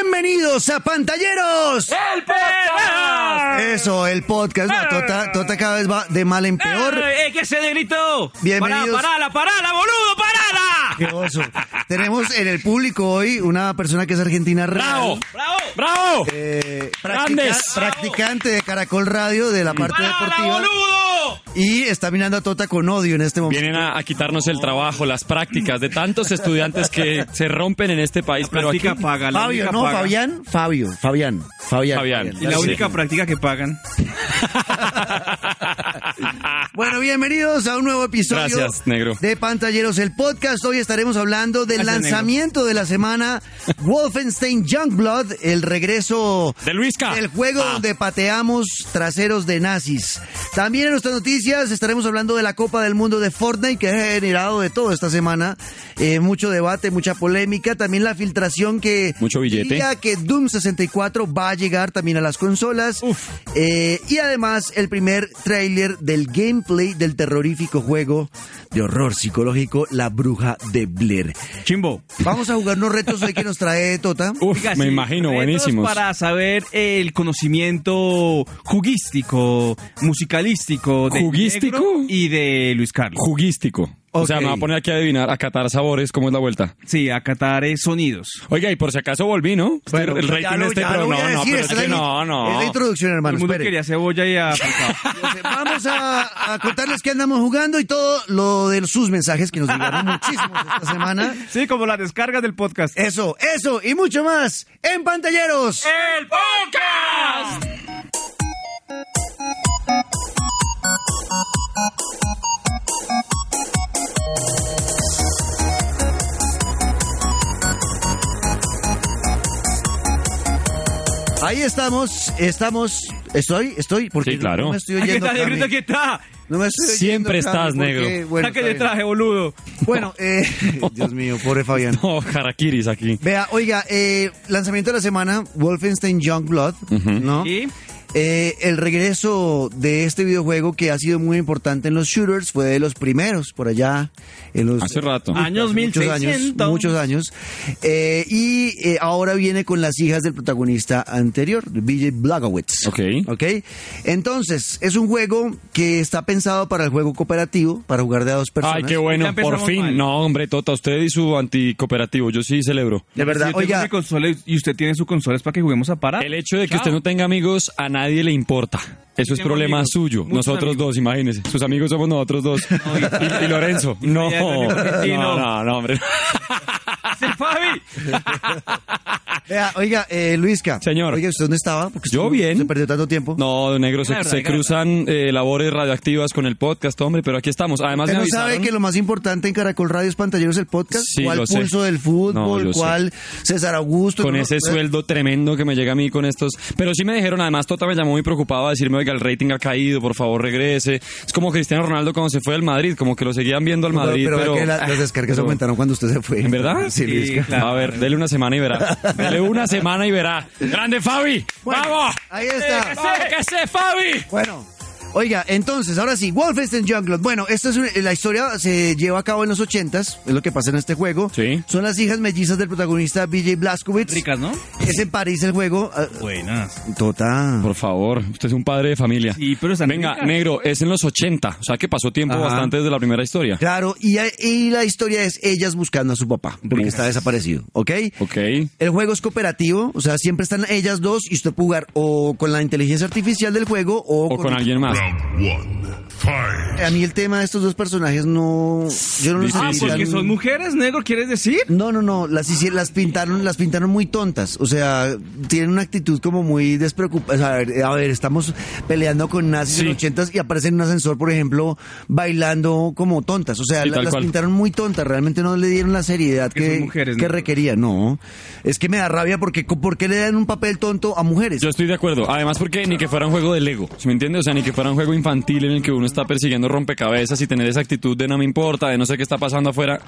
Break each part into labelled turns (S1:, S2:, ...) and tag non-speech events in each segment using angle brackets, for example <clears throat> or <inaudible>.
S1: Bienvenidos a Pantalleros.
S2: ¡El ¡Eh! podcast!
S1: Eso, el podcast. No, tota, tota cada vez va de mal en peor.
S2: ¡Eh, eh, que se delito!
S1: Bienvenidos.
S2: ¡Parala, parala, parala, boludo, parala!
S1: Qué oso. Tenemos en el público hoy una persona que es argentina real.
S3: ¡Bravo!
S2: ¡Bravo!
S3: ¡Bravo!
S1: Eh,
S3: Grandes.
S1: practicante de Caracol Radio de la parte
S2: ¡Parala,
S1: deportiva
S2: boludo!
S1: y está mirando a Tota con odio en este momento.
S3: Vienen a, a quitarnos el trabajo, las prácticas de tantos estudiantes que se rompen en este país, pero aquí... <laughs>
S4: práctica paga. La
S1: Fabio,
S4: única
S1: no,
S4: paga.
S1: Fabián, Fabio, Fabián, Fabián.
S3: Fabián.
S4: Y la
S3: Sí.
S4: única práctica que pagan.
S1: Bueno, bienvenidos a un nuevo episodio
S3: Gracias, negro.
S1: de Pantalleros, el podcast. Hoy estaremos hablando del
S4: Gracias,
S1: lanzamiento de la semana Wolfenstein Youngblood, el regreso
S3: ¡De Luisca!
S1: del juego
S3: Ah.
S1: donde pateamos traseros de nazis. También en nuestras noticias estaremos hablando de la Copa del Mundo de Fortnite que ha generado de todo esta semana. Eh, mucho debate, mucha polémica. También la filtración que...
S3: Mucho billete.
S1: diría que Doom 64 va a llegar también a las consolas.
S3: Uf.
S1: Eh, y además el primer tráiler del gameplay del terrorífico juego de horror psicológico La Bruja de Blair.
S4: Chimbo.
S1: Vamos a jugar unos retos hoy que nos trae
S3: <laughs>
S1: Tota.
S3: Uf,
S4: Oiga,
S3: me
S4: sí,
S3: imagino,
S4: retos
S3: buenísimos.
S4: Para saber el conocimiento juguístico, musicalístico. de
S3: ¿Juguístico?
S4: Negro y de Luis Carlos.
S3: Juguístico. O sea,
S1: Ok.
S3: me va a poner aquí a adivinar, a catar sabores, cómo es la vuelta.
S4: Sí, a Qatar es sonidos.
S3: Oiga, y por si acaso volví, ¿no?
S1: Bueno,
S3: el
S1: ya
S3: rating
S1: lo-
S3: de este
S1: ya
S3: pro-
S1: lo voy a
S3: no, no,
S1: decir,
S3: pero es
S1: esta
S3: que
S1: la-
S3: no,
S1: Es la
S3: no.
S1: introducción,
S4: Todo
S1: hermano.
S4: el mundo
S1: espere.
S4: quería
S2: <laughs>
S4: cebolla y a Falcao.
S1: Vamos a, a contarles que andamos jugando y todo lo de sus mensajes que nos
S3: <laughs>
S1: llegaron muchísimos esta semana.
S4: Sí, como las descargas del podcast.
S1: Eso, eso y mucho más en Pantalleros.
S2: ¡El podcast!
S1: Ahí estamos, estamos, estoy, estoy, porque
S3: Sí, claro.
S1: no me estoy
S4: Aquí
S1: oyendo.
S4: está,
S1: Cami.
S4: negrito, aquí está.
S1: No me estoy oyendo,
S3: Siempre
S1: Cami,
S3: estás,
S1: porque,
S3: negro.
S1: Bueno, está
S4: Saca de
S1: bien.
S4: traje, boludo.
S1: Bueno, eh, <laughs> Dios mío,
S3: <laughs>
S1: pobre Fabián.
S3: No, Jarakiris aquí.
S1: Vea, oiga, eh, lanzamiento de la semana, Wolfenstein Youngblood, ¿no?
S4: Y
S1: Eh, el regreso de este videojuego que ha sido muy importante en los shooters fue de los primeros por allá en los
S3: Hace rato.
S1: Ah,
S4: años
S1: muchos años,
S4: 1600.
S1: muchos años. Eh, y eh, ahora viene con las hijas del protagonista anterior, BJ Blagowitz.
S3: Ok.
S1: Ok. Entonces, es un juego que está pensado para el juego cooperativo, para jugar de a dos personas.
S3: Ay, qué bueno,
S4: Ya
S3: por
S4: empezamos
S3: fin.
S4: mal.
S3: No, hombre, Tota, usted y su anticooperativo, yo sí celebro.
S1: De verdad,
S4: Si yo tengo
S1: oiga,
S4: mi consola y- y usted tiene su consola es para que juguemos a parar. <laughs>
S3: El hecho de que
S4: Ah, Chao.
S3: usted no tenga amigos a nadie le importa. Eso es
S4: Tengo
S3: problema
S4: amigos,
S3: suyo.
S4: muchos
S3: Nosotros
S4: amigos.
S3: dos, imagínese. Sus amigos somos
S4: <laughs>
S3: nosotros dos. y, y Lorenzo. No.
S4: Fabián,
S3: No,
S4: Florentino.
S3: no,
S4: <laughs>
S3: no, hombre.
S4: ¡Sí, Fabi!
S1: vea, oiga, eh, Luisca.
S3: Señor.
S1: Oiga, ¿usted dónde estaba? Porque
S3: Yo
S1: usted
S3: bien.
S1: Se perdió tanto tiempo.
S3: No, negro, se,
S4: Claro,
S3: se
S4: claro.
S3: cruzan eh, labores radioactivas con el podcast, hombre, pero aquí estamos. Además,
S1: Usted
S3: me
S1: no sabe
S3: avisaron-
S1: que lo más importante en Caracol Radio es Pantalleros el podcast.
S3: Sí,
S1: ¿Cuál
S3: lo sé.
S1: pulso del
S3: No,
S1: fútbol?
S3: yo sé.
S1: ¿Cuál César Augusto?
S3: con
S1: No,
S3: ese
S1: no,
S3: sueldo tremendo que me llega a mí con estos. Pero sí me dijeron, además, Tota me llamó muy preocupado a decirme, oiga, el rating ha caído, por favor regrese. Es como Cristiano Ronaldo cuando se fue del Madrid, como que lo seguían viendo al
S1: Pero-
S3: Madrid,
S1: pero,
S3: pero...
S1: ve que la- las descargas
S3: pero-
S1: aumentaron cuando usted se fue.
S3: ¿En
S1: <laughs>
S3: verdad?
S1: Sí, Luisca.
S4: claro.
S3: A ver, dele una semana y verá. Dele una semana y verá. ¡Grande Fabi!
S1: Bueno,
S3: ¡Vamos!
S1: Ahí está.
S3: ¡Que se, Fabi!
S1: Bueno. Oiga, entonces, ahora sí, Wolfenstein Youngblood. Bueno, esta es una- la historia se lleva a cabo en los ochentas, es lo que pasa en este juego.
S3: Sí.
S1: Son las hijas mellizas del protagonista BJ Blazkowicz.
S4: Ricas, ¿no?
S1: Es en París el juego. ah,
S4: Buenas.
S1: Tota.
S3: Por favor, usted es un padre de familia.
S4: Sí, pero están
S3: Venga,
S4: ricas.
S3: negro, es en los 80, o sea que pasó tiempo
S1: Ajá.
S3: bastante desde la primera historia.
S1: Claro, y, y la historia es ellas buscando a su papá, porque está desaparecido, ¿ok?
S3: Ok.
S1: El juego es cooperativo, o sea, siempre están ellas dos y usted puede jugar o con la inteligencia artificial del juego o,
S3: O con alguien más.
S1: A mí el tema de estos dos personajes no... Yo no los
S3: Ah,
S4: Ah,
S1: sentí
S3: porque
S4: porque
S1: tan-
S4: son mujeres, negro, ¿quieres decir?
S1: No, no, no, las, hici- las pintaron las pintaron muy tontas, o sea, tienen una actitud como muy despreocupada, o sea, a ver, eh, a ver, estamos peleando con nazis en
S3: Sí.
S1: los ochentas y aparecen en un ascensor, por ejemplo, bailando como tontas, o sea,
S3: Sí,
S1: la-
S3: tal
S1: las
S3: cual.
S1: pintaron muy tontas, realmente no le dieron la seriedad
S4: Que son
S1: que,
S4: mujeres,
S1: que
S4: ¿no?
S1: requería, no, es que me da rabia porque ¿por qué le dan un papel tonto a mujeres?
S3: Yo estoy de acuerdo. Además, porque ni que fuera un juego de Lego, ¿sí me entiende? O sea, ni que fuera un juego infantil en el que uno está persiguiendo rompecabezas y tener esa actitud de no me importa, de no sé qué está pasando afuera,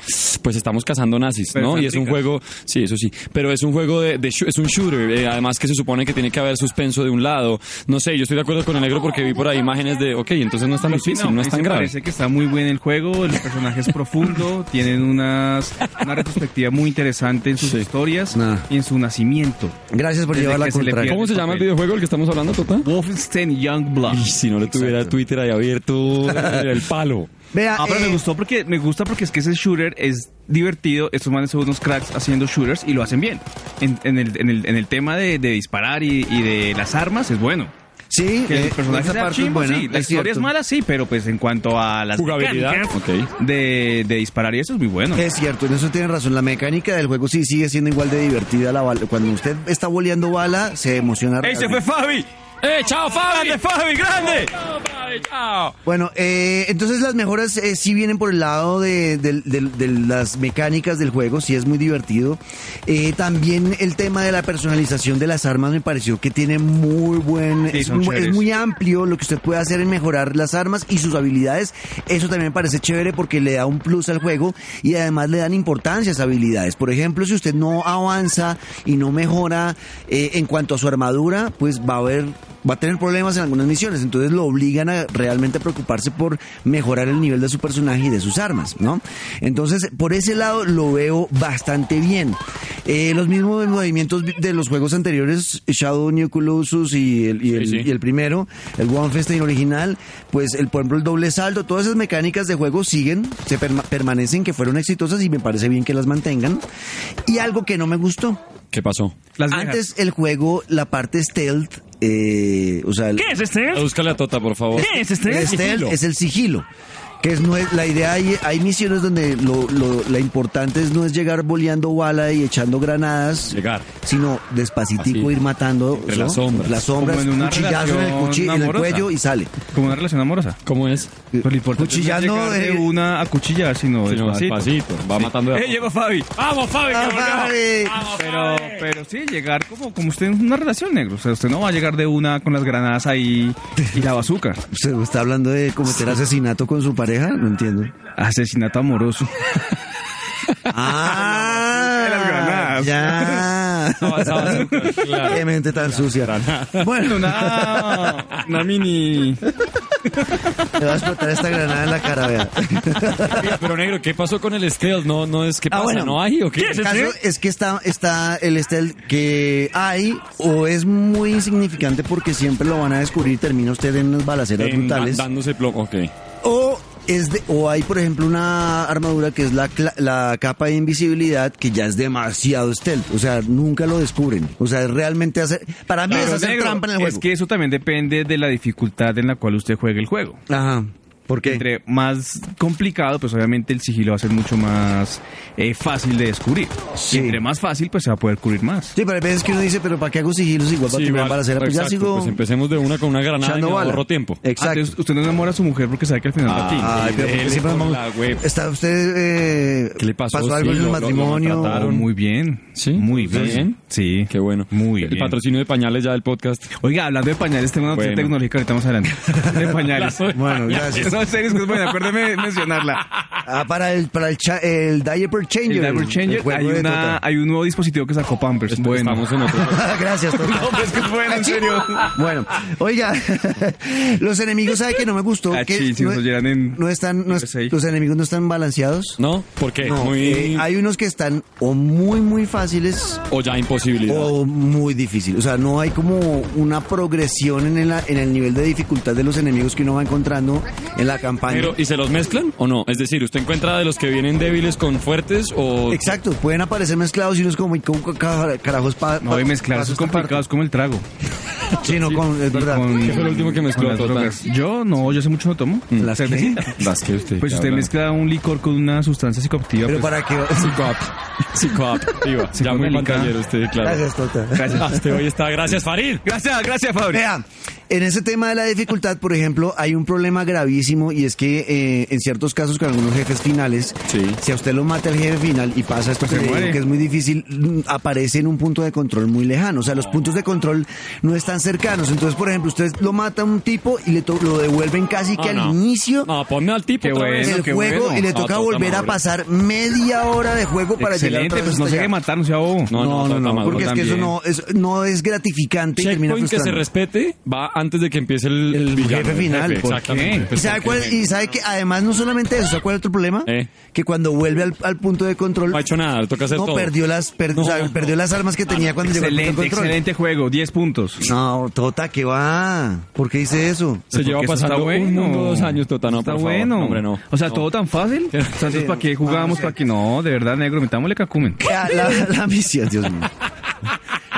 S3: pues estamos cazando nazis,
S4: Pero
S3: ¿no?
S4: están
S3: Y es un
S4: ricas.
S3: juego, sí, eso sí, pero es un juego de, de shoo- es un shooter, eh, además que se supone que tiene que haber suspenso de un lado, no sé, yo estoy de acuerdo con el negro porque vi por ahí imágenes de, ok, entonces no es tan difícil, no,
S4: a mí
S3: es tan
S4: sí me
S3: grave.
S4: Parece que está muy bien el juego, el personaje es profundo, tienen unas, una retrospectiva muy interesante en sus
S3: Sí.
S4: historias
S1: Nah.
S4: y en su nacimiento.
S1: Gracias por
S4: Desde
S1: llevar la
S4: que se le
S1: contraria.
S4: pierde
S3: ¿Cómo se
S4: el
S3: llama el
S4: papel.
S3: videojuego el que estamos hablando, Tota? Topa?
S4: Wolfenstein Youngblood.
S3: Y si no le tuviera Twitter ahí <laughs> abierto, el palo.
S1: Vea,
S4: Ah, pero
S1: eh,
S4: me gustó porque me gusta porque es que ese shooter es divertido. Estos manes son unos cracks haciendo shooters y lo hacen bien. En, en el, en el- en el tema de, de disparar y, y de las armas es bueno.
S1: sí,
S4: Que
S1: eh,
S4: el personaje
S1: esa
S4: sea
S1: parte es
S4: chimbo,
S1: buena,
S4: sí. La
S1: es
S4: historia es
S1: cierto.
S4: mala, sí, pero pues en cuanto a las
S3: Jugabilidad.
S4: mecánicas de, de disparar y eso es muy bueno.
S1: Es cierto, en eso tienen razón. La mecánica del juego sí sigue siendo igual de divertida. La bala. Cuando usted está boleando bala, se emociona.
S2: ¡Ese fue
S1: realmente.
S2: Fabi!
S3: ¡Eh, chao, Fabi!
S2: ¡Grande, Fabi, grande!
S3: ¡Chao!
S1: Bueno, eh, entonces las mejoras eh, sí vienen por el lado de, del- del- de las mecánicas del juego, sí es muy divertido. Eh, también el tema de la personalización de las armas me pareció que tiene muy buen...
S4: Sí,
S1: es,
S4: son
S1: mu-
S4: chéveres.
S1: es muy amplio lo que usted puede hacer en mejorar las armas y sus habilidades. Eso también me parece chévere porque le da un plus al juego y además le dan importancia a esas habilidades. Por ejemplo, si usted no avanza y no mejora eh, en cuanto a su armadura, pues va a haber va a tener problemas en algunas misiones, entonces lo obligan a realmente preocuparse por mejorar el nivel de su personaje y de sus armas, ¿no? Entonces, por ese lado lo veo bastante bien. Eh, los mismos movimientos de los juegos anteriores, Shadow New Colossus y el, y el-
S3: Sí, sí.
S1: y el primero, el Wolfenstein original, pues el, por ejemplo el doble salto, todas esas mecánicas de juego siguen, se perma- permanecen, que fueron exitosas y me parece bien que las mantengan. Y algo que no me gustó,
S3: ¿Qué pasó?
S4: Las viejas.
S1: antes el juego, la parte stealth, eh, o sea, el-
S2: ¿Qué es este?
S3: Búscale a Tota, por favor.
S2: ¿Qué es este?
S1: el stealth es el sigilo. Que es, no es- la idea, hay, hay misiones donde lo, lo- la importante es no es llegar boleando bala y echando granadas,
S3: Llegar.
S1: sino despacitico
S3: Así,
S1: ir matando
S3: entre las sombras.
S1: las sombras,
S4: Como en una
S1: cuchillazo en el,
S4: relación
S1: cuchillo, en el
S4: amorosa.
S1: cuello y sale.
S4: Como una relación amorosa.
S3: ¿Cómo es?
S4: Pero lo importante
S1: Cuchillando eh,
S4: no es llegar
S1: de-
S4: de una a cuchillar, sino
S3: Sino
S4: despacito.
S3: despacito, Va matando de a
S4: Eh,
S3: poco.
S4: llegó Fabi.
S2: ¡Vamos, Fabi! que
S1: Ah,
S2: volvemos!
S1: Fabi.
S2: ¡Vamos,
S4: Pero,
S2: Fabi!
S4: pero sí, llegar como, como usted en una relación negro. O sea, usted no va a llegar de una con las granadas ahí y la bazooka.
S1: ¿Se está hablando de cometer asesinato con su pareja? No entiendo. <laughs>
S4: Asesinato amoroso.
S1: Ah,
S4: Las granadas.
S1: ya.
S3: avanzaba, claro.
S1: Qué mente tan sucia.
S4: <laughs>
S1: Bueno,
S3: Ah,
S4: Una, una mini.
S1: te va a explotar esta granada en la cara, vea.
S3: Pero negro, ¿qué pasó con el stealth? No, no es que
S1: Ah,
S3: pasa,
S1: bueno.
S3: no hay o qué.
S2: ¿Qué es
S1: El caso es que está, está el stealth que hay o es muy insignificante porque siempre lo van a descubrir y termina usted en unas balaceras
S3: En-
S1: brutales.
S3: dándose plomo, ok.
S1: O es de- o hay por ejemplo una armadura que es la, cla- la capa de invisibilidad que ya es demasiado stealth, o sea, nunca lo descubren. O sea, es realmente hacer para mí es
S4: Pero,
S1: hacer
S4: negro,
S1: trampa en el juego.
S4: Es que eso también depende de la dificultad en la cual usted juegue el juego.
S1: Ajá. ¿Por qué?
S4: Entre más complicado, pues obviamente el sigilo va a ser mucho más eh, fácil de descubrir.
S1: Sí.
S4: Y entre más fácil, pues se va a poder cubrir más.
S1: Sí, pero hay veces que uno dice, pero ¿para qué hago sigilos igual para
S3: Sí,
S1: tirar
S3: igual,
S1: balacera? Pues ya
S3: exacto,
S1: sigo
S3: pues empecemos de una con una granada y
S1: echando
S3: me
S1: bala.
S3: ahorro tiempo.
S1: Exacto. Ah,
S4: Antes, Ah, usted no enamora a su mujer porque sabe que al final va a ti.
S1: Ay, pero ¿por qué
S3: Dele
S1: siempre
S3: por
S1: nos
S3: la web.
S1: ¿Está usted eh,
S3: ¿Qué le pasó?
S1: algo
S3: Sí,
S1: en el
S3: lo- lo- lo
S1: matrimonio?
S4: Oh,
S3: maltrataron.
S4: muy bien.
S3: Sí,
S4: Muy
S3: muy
S4: bien.
S3: bien.
S1: Eh.
S4: Sí.
S3: Qué bueno.
S4: Muy
S3: El
S4: bien.
S3: patrocinio de pañales ya del podcast.
S4: Oiga, hablando de pañales, tengo una noticia
S3: Bueno.
S4: tecnológica ahorita más adelante.
S1: <laughs>
S4: De pañales.
S1: Bueno, gracias.
S4: Eso en serio, es que es bueno, acuérdeme mencionarla.
S1: Ah, para el para el, cha- el diaper
S4: El
S1: changer.
S4: Diaper
S1: el
S4: Changer,
S1: juego
S4: hay,
S1: de
S4: una,
S1: Tota.
S4: hay un nuevo dispositivo que sacó Pampers. Bueno.
S3: Estamos en otro.
S1: <laughs> Gracias, Tota.
S4: No, pero es que es bueno, en serio.
S1: <laughs> Bueno, oiga, <laughs> los enemigos sabe que no me gustó
S4: Ah,
S1: que
S4: sí, si nos oyeran en
S1: no están no es-
S4: USA.
S1: los enemigos no están balanceados.
S3: ¿No? ¿Por qué?
S1: No,
S3: Muy...
S1: eh, hay unos que están o muy muy fáciles
S3: O ya imposibilidad.
S1: o muy difícil. O sea, no hay como una progresión en el, en el nivel de dificultad de los enemigos que uno va encontrando en la campaña.
S3: Pero, ¿y se los mezclan o no? Es decir, ¿usted encuentra de los que vienen débiles con fuertes o...?
S1: Exacto, pueden aparecer mezclados y unos como, como ca- carajos para
S4: No, y mezclar esos complicados como el trago.
S1: Sí, no, con, es verdad.
S4: Con-
S3: ¿Qué fue lo último que mezcló,
S4: con las
S3: Tota?
S4: drogas. Yo no, yo hace mucho no tomo.
S1: ¿Las Mm. qué?
S4: Cervecita.
S3: Las que usted...
S4: <laughs> Pues usted
S3: habla.
S4: mezcla un licor con una sustancia psicoactiva.
S1: Pero
S4: pues,
S1: para que
S3: Psicoap. <laughs> Psicoactiva. Ya muy
S4: Psicoanalítica.
S3: pantallero usted,
S1: <laughs>
S3: claro.
S1: Gracias, Tota.
S3: Gracias. Hasta hoy está. Gracias, Farid.
S4: Gracias, gracias, Fabri.
S1: Vea, En ese tema de la dificultad, por ejemplo, hay un problema gravísimo y es que eh, en ciertos casos con algunos jefes finales,
S3: Sí.
S1: si a usted lo mata el jefe final y pasa esto que,
S4: se
S1: le digo,
S4: muere.
S1: que es muy difícil, mm, aparece en un punto de control muy lejano. O sea, los puntos de control no están cercanos. Entonces, por ejemplo, usted lo mata a un tipo y le to- lo devuelven casi que
S3: Ah,
S1: al
S3: no.
S1: inicio
S3: No, ponme al tipo
S4: Qué
S3: otra
S4: bueno.
S3: vez.
S1: del
S4: qué
S1: juego
S4: bueno.
S1: y le
S3: Ah,
S1: toca
S3: toda
S1: volver a
S3: madura.
S1: pasar media hora de juego para
S4: Excelente,
S1: llegar otra vez
S4: pues no
S1: hasta
S4: se que
S1: allá.
S4: matar, no sea bobo.
S1: No,
S3: No,
S1: no,
S3: falta
S1: no,
S3: maduro
S1: porque es que eso
S3: también.
S1: no es, no es gratificante y termina
S3: Checkpoint que se
S1: frustrando.
S3: respete va antes de que empiece el,
S1: El
S3: villano,
S1: jefe final, ¿por qué?
S3: exactamente.
S1: ¿Y
S3: Pues
S1: sabe,
S3: porque-
S1: cuál- y sabe que además no solamente eso, ¿sabe cuál es otro problema?
S3: Eh.
S1: Que cuando vuelve al, al punto de control,
S3: No ha hecho nada, le toca hacer
S1: no
S3: todo.
S1: perdió las per-
S3: No.
S1: o sea, perdió las armas que tenía cuando llegó al punto de
S4: Excelente,
S1: control.
S4: excelente juego, 10 puntos.
S1: No, Tota, que va. ¿Por qué dice eso?
S3: Se lleva
S4: Pues Porque eso
S3: pasando
S4: está
S3: un mundo, dos años, Tota, no,
S4: Está
S3: por favor.
S4: bueno.
S3: No, hombre, no.
S4: O sea,
S3: No.
S4: todo tan fácil. <laughs> Entonces, ¿para qué jugábamos? ¿Para qué? No, de verdad, negro, metámosle cacumen.
S1: <laughs> Ah, La, la misión, Dios mío.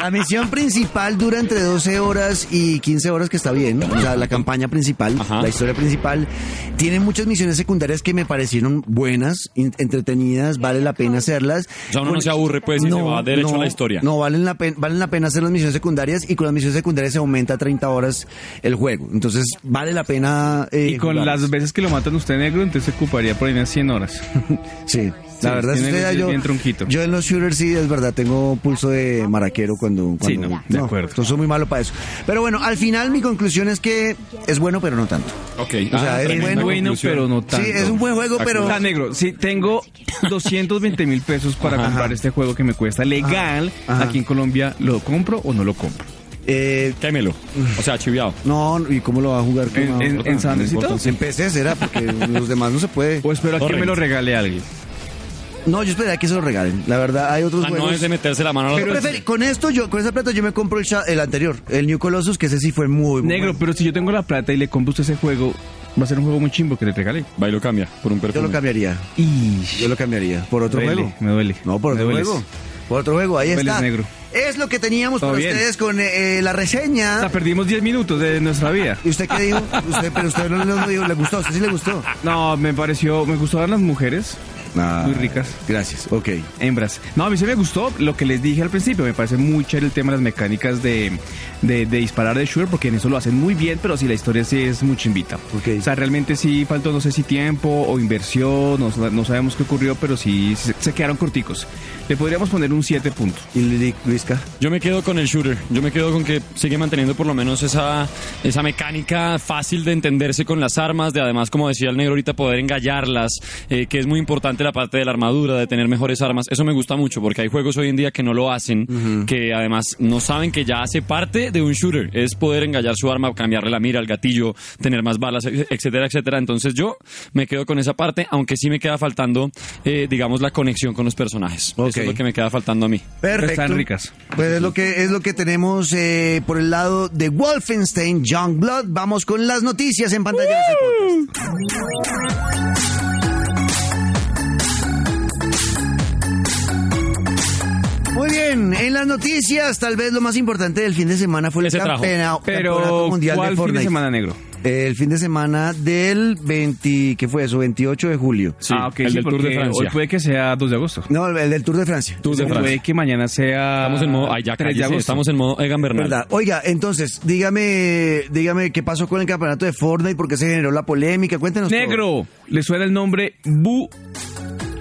S1: La misión principal dura entre 12 horas y 15 horas, que está bien. O sea, la campaña principal,
S3: Ajá.
S1: la historia principal. Tiene muchas misiones secundarias que me parecieron buenas, in- entretenidas, vale la pena hacerlas.
S3: O sea, uno no se aburre, pues, y se va derecho a la historia.
S1: No, valen la, pena, valen la pena hacer las misiones secundarias y con las misiones secundarias se aumenta a 30 horas el juego. Entonces, vale la pena. eh,
S4: Y con
S1: jugarlas.
S4: las veces que lo matan usted, negro, entonces ocuparía por ahí unas 100 <laughs> horas.
S1: Sí, la
S4: Sí,
S1: verdad es
S4: tiene
S1: que
S4: que ser
S1: yo,
S4: bien tronquito.
S1: yo en los shooters sí, es verdad, tengo pulso de maraquero cuando...
S4: Sí,
S1: cuando-
S4: no, de acuerdo.
S1: entonces soy muy malo para eso. Pero bueno, al final mi conclusión es que es bueno, pero no tanto.
S3: Ok. ah,
S1: O sea, es
S3: tremenda
S1: bueno.
S4: Bueno,
S3: conclusión.
S4: pero no tanto. Ah,
S1: Sí, es un buen juego, pero...
S4: O sea, negro, si tengo 220 mil pesos para comprar este juego que me cuesta legal,
S1: Ajá.
S4: aquí en Colombia, ¿lo compro o no lo compro?
S1: eh,
S3: Quémelo. O sea, chiviado.
S1: no, ¿y cómo lo va a jugar? ¿Qué
S4: ¿En,
S1: más?
S4: en, en San Andresito?
S1: Entonces, Pues, en PC será, porque los demás no se puede...
S4: ¿O espero a que
S3: Correcto.
S4: me lo regale alguien?
S1: No, yo esperaría que se lo regalen. La verdad, hay otros
S3: Ah,
S1: juegos...
S3: no es de meterse la mano a la
S1: Pero prefer- con esto, yo con esa plata yo me compro el, Sha- el anterior, el New Colossus, que ese sí fue muy bueno.
S4: Negro, pero si yo tengo la plata y le compro usted ese juego, va a ser un juego muy chimbo que le regalé.
S3: Va y lo cambia por un
S1: Yo
S3: perfume.
S1: lo cambiaría.
S4: Y
S1: Yo lo cambiaría. ¿Por otro
S4: Duele,
S1: juego?
S4: me duele.
S1: No, por
S4: Me
S1: otro
S4: dueles.
S1: juego. Por otro juego, ahí
S4: Me dueles,
S1: está.
S4: negro.
S1: Es lo que teníamos
S4: Todo
S1: para
S4: bien.
S1: ustedes con eh, eh, la
S4: O sea,
S1: reseña.
S4: perdimos 10 minutos de nuestra vida.
S1: ¿Y usted qué
S4: <laughs>
S1: dijo? Usted, pero usted no, no dijo, ¿le gustó? ¿A usted sí le gustó?
S4: No, me pareció, me gustaban las mujeres, muy ricas,
S1: Gracias, ok.
S4: hembras. No, a mí se me gustó lo que les dije al principio, me parece muy chévere el tema de las mecánicas de, de, de disparar de shooter, porque en eso lo hacen muy bien, pero sí, la historia sí es muy chimbita.
S1: Ok.
S4: O sea, realmente sí faltó, no sé si tiempo o inversión, no, no sabemos qué ocurrió, pero sí se, se quedaron corticos. Le podríamos poner un 7 puntos.
S1: ¿Y Lili- Luisca?
S3: Yo me quedo con el shooter. Yo me quedo con que sigue manteniendo por lo menos esa, esa mecánica fácil de entenderse con las armas, de además, como decía el negro ahorita, poder engallarlas, eh, que es muy importante la parte de la armadura, de tener mejores armas. Eso me gusta mucho porque hay juegos hoy en día que no lo hacen, que además no saben que ya hace parte de un shooter. Es poder engallar su arma, cambiarle la mira, el gatillo, tener más balas, e- etcétera, etcétera. Entonces yo me quedo con esa parte, aunque sí me queda faltando, eh, digamos, la conexión con los personajes.
S1: Ok.
S3: Eso es lo que me queda faltando a mí.
S1: Perfecto.
S4: Están ricas.
S1: Pues es lo que, es lo que tenemos eh, por el lado de Wolfenstein Youngblood. Vamos con las noticias en pantalla. de ese podcast. Muy bien, en las noticias, tal vez lo más importante del fin de semana fue el
S3: Ese trajo.
S1: campena- campeonato
S4: Pero,
S1: mundial
S4: ¿cuál
S1: de
S4: fin
S1: Fortnite.
S4: de semana negro?
S1: El fin de semana del 20, ¿qué fue eso? 28 de julio.
S3: Sí,
S4: ah, ok,
S3: el
S4: sí,
S3: del Tour de
S4: porque
S3: Francia.
S4: Hoy puede que sea 2 de agosto.
S1: No, el del Tour de Francia.
S3: Tour de
S4: O sea,
S3: Francia.
S4: Puede que mañana sea.
S3: Estamos en modo, ay, ya
S4: 3 de
S3: cállese,
S4: agosto.
S3: estamos en modo Egan Bernal.
S1: ¿Verdad? Oiga, entonces, dígame, dígame qué pasó con el campeonato de Fortnite, por qué se generó la polémica, cuéntenos. todo.
S4: Negro, le suena el nombre Bu.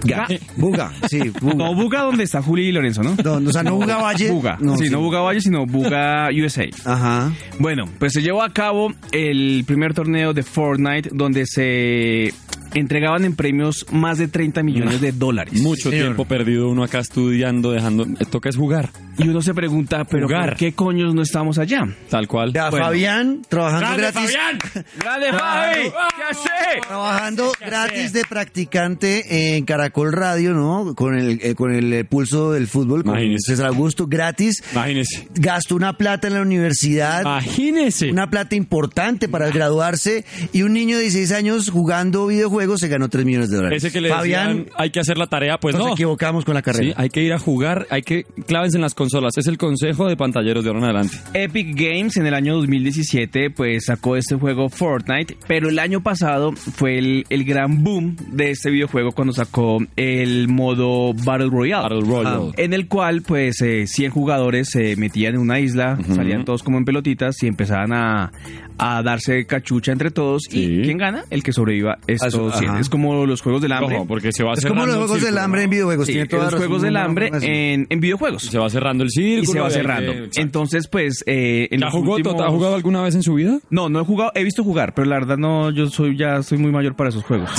S1: Ga- Buga,
S3: <laughs>
S1: sí, Buga.
S4: No, Buga, donde está Juli y Lorenzo, ¿no?
S1: No, no, o sea, no Buga Valle.
S4: Buga.
S1: No,
S4: sí,
S1: sí.
S4: no Buga Valle, sino Buga USA.
S1: Ajá.
S4: Bueno, pues se llevó a cabo el primer torneo de Fortnite, donde se entregaban en premios más de 30 millones de dólares.
S3: Mucho
S1: señor.
S3: tiempo perdido uno acá estudiando, dejando. eh, Toca es jugar,
S4: Y uno se pregunta, ¿pero
S3: Jugar.
S4: por qué coños no estamos allá?
S3: tal cual.
S1: Ya,
S4: Bueno.
S1: Fabián, trabajando
S2: ¡Grande,
S1: gratis.
S2: Fabián!
S1: <laughs>
S4: ¡Dale,
S1: Fabi!
S4: ¿Qué hace?
S1: Trabajando gratis de practicante en Caracol Radio, ¿no? Con el, eh, con el eh, pulso del fútbol, con
S3: Imagínese.
S1: César Augusto, gratis.
S3: Imagínese.
S1: Gastó una plata en la universidad.
S3: Imagínese.
S1: Una plata importante para graduarse y un niño de 16 años jugando videojuegos se ganó 3 millones de dólares.
S3: Ese que le
S1: Fabián,
S3: decían, hay que hacer la tarea, pues
S1: nos
S3: no.
S1: equivocamos con la
S3: Sí,
S1: carrera.
S3: hay que ir a jugar, hay que clávense en las consolas. Es el consejo de pantalleros de ahora en adelante.
S4: Epic Games en el año 2017 pues sacó este juego Fortnite, pero el año pasado pasado fue el, el gran boom de este videojuego cuando sacó el modo Battle Royale.
S3: Battle Royale.
S4: En el cual, pues, eh, 100 jugadores se metían en una isla, salían todos como en pelotitas y empezaban a, a darse cachucha entre todos.
S3: Sí.
S4: ¿Y quién gana? El que sobreviva estos
S1: ajá.
S4: 100. Es como los juegos del hambre.
S3: Ojo, porque se va
S1: Es como
S3: cerrando
S1: los
S3: el
S1: juegos del
S3: círculo,
S1: hambre en
S3: pues ¿no?
S1: videojuegos.
S4: Sí,
S1: tiene toda
S4: los
S1: razón,
S4: juegos del
S1: una
S4: hambre eh,
S1: razón así.
S4: en, en videojuegos.
S3: Se va cerrando el círculo.
S4: y se va
S3: hay que-
S4: cerrando.
S3: Exacto.
S4: Entonces, pues, eh, en
S3: ¿La
S4: los
S3: jugó, Tota,
S4: últimos-
S3: ¿Ha jugado alguna vez en su vida?
S4: No, no he jugado, he visto jugar, pero la verdad no, yo soy ya soy muy mayor para esos juegos.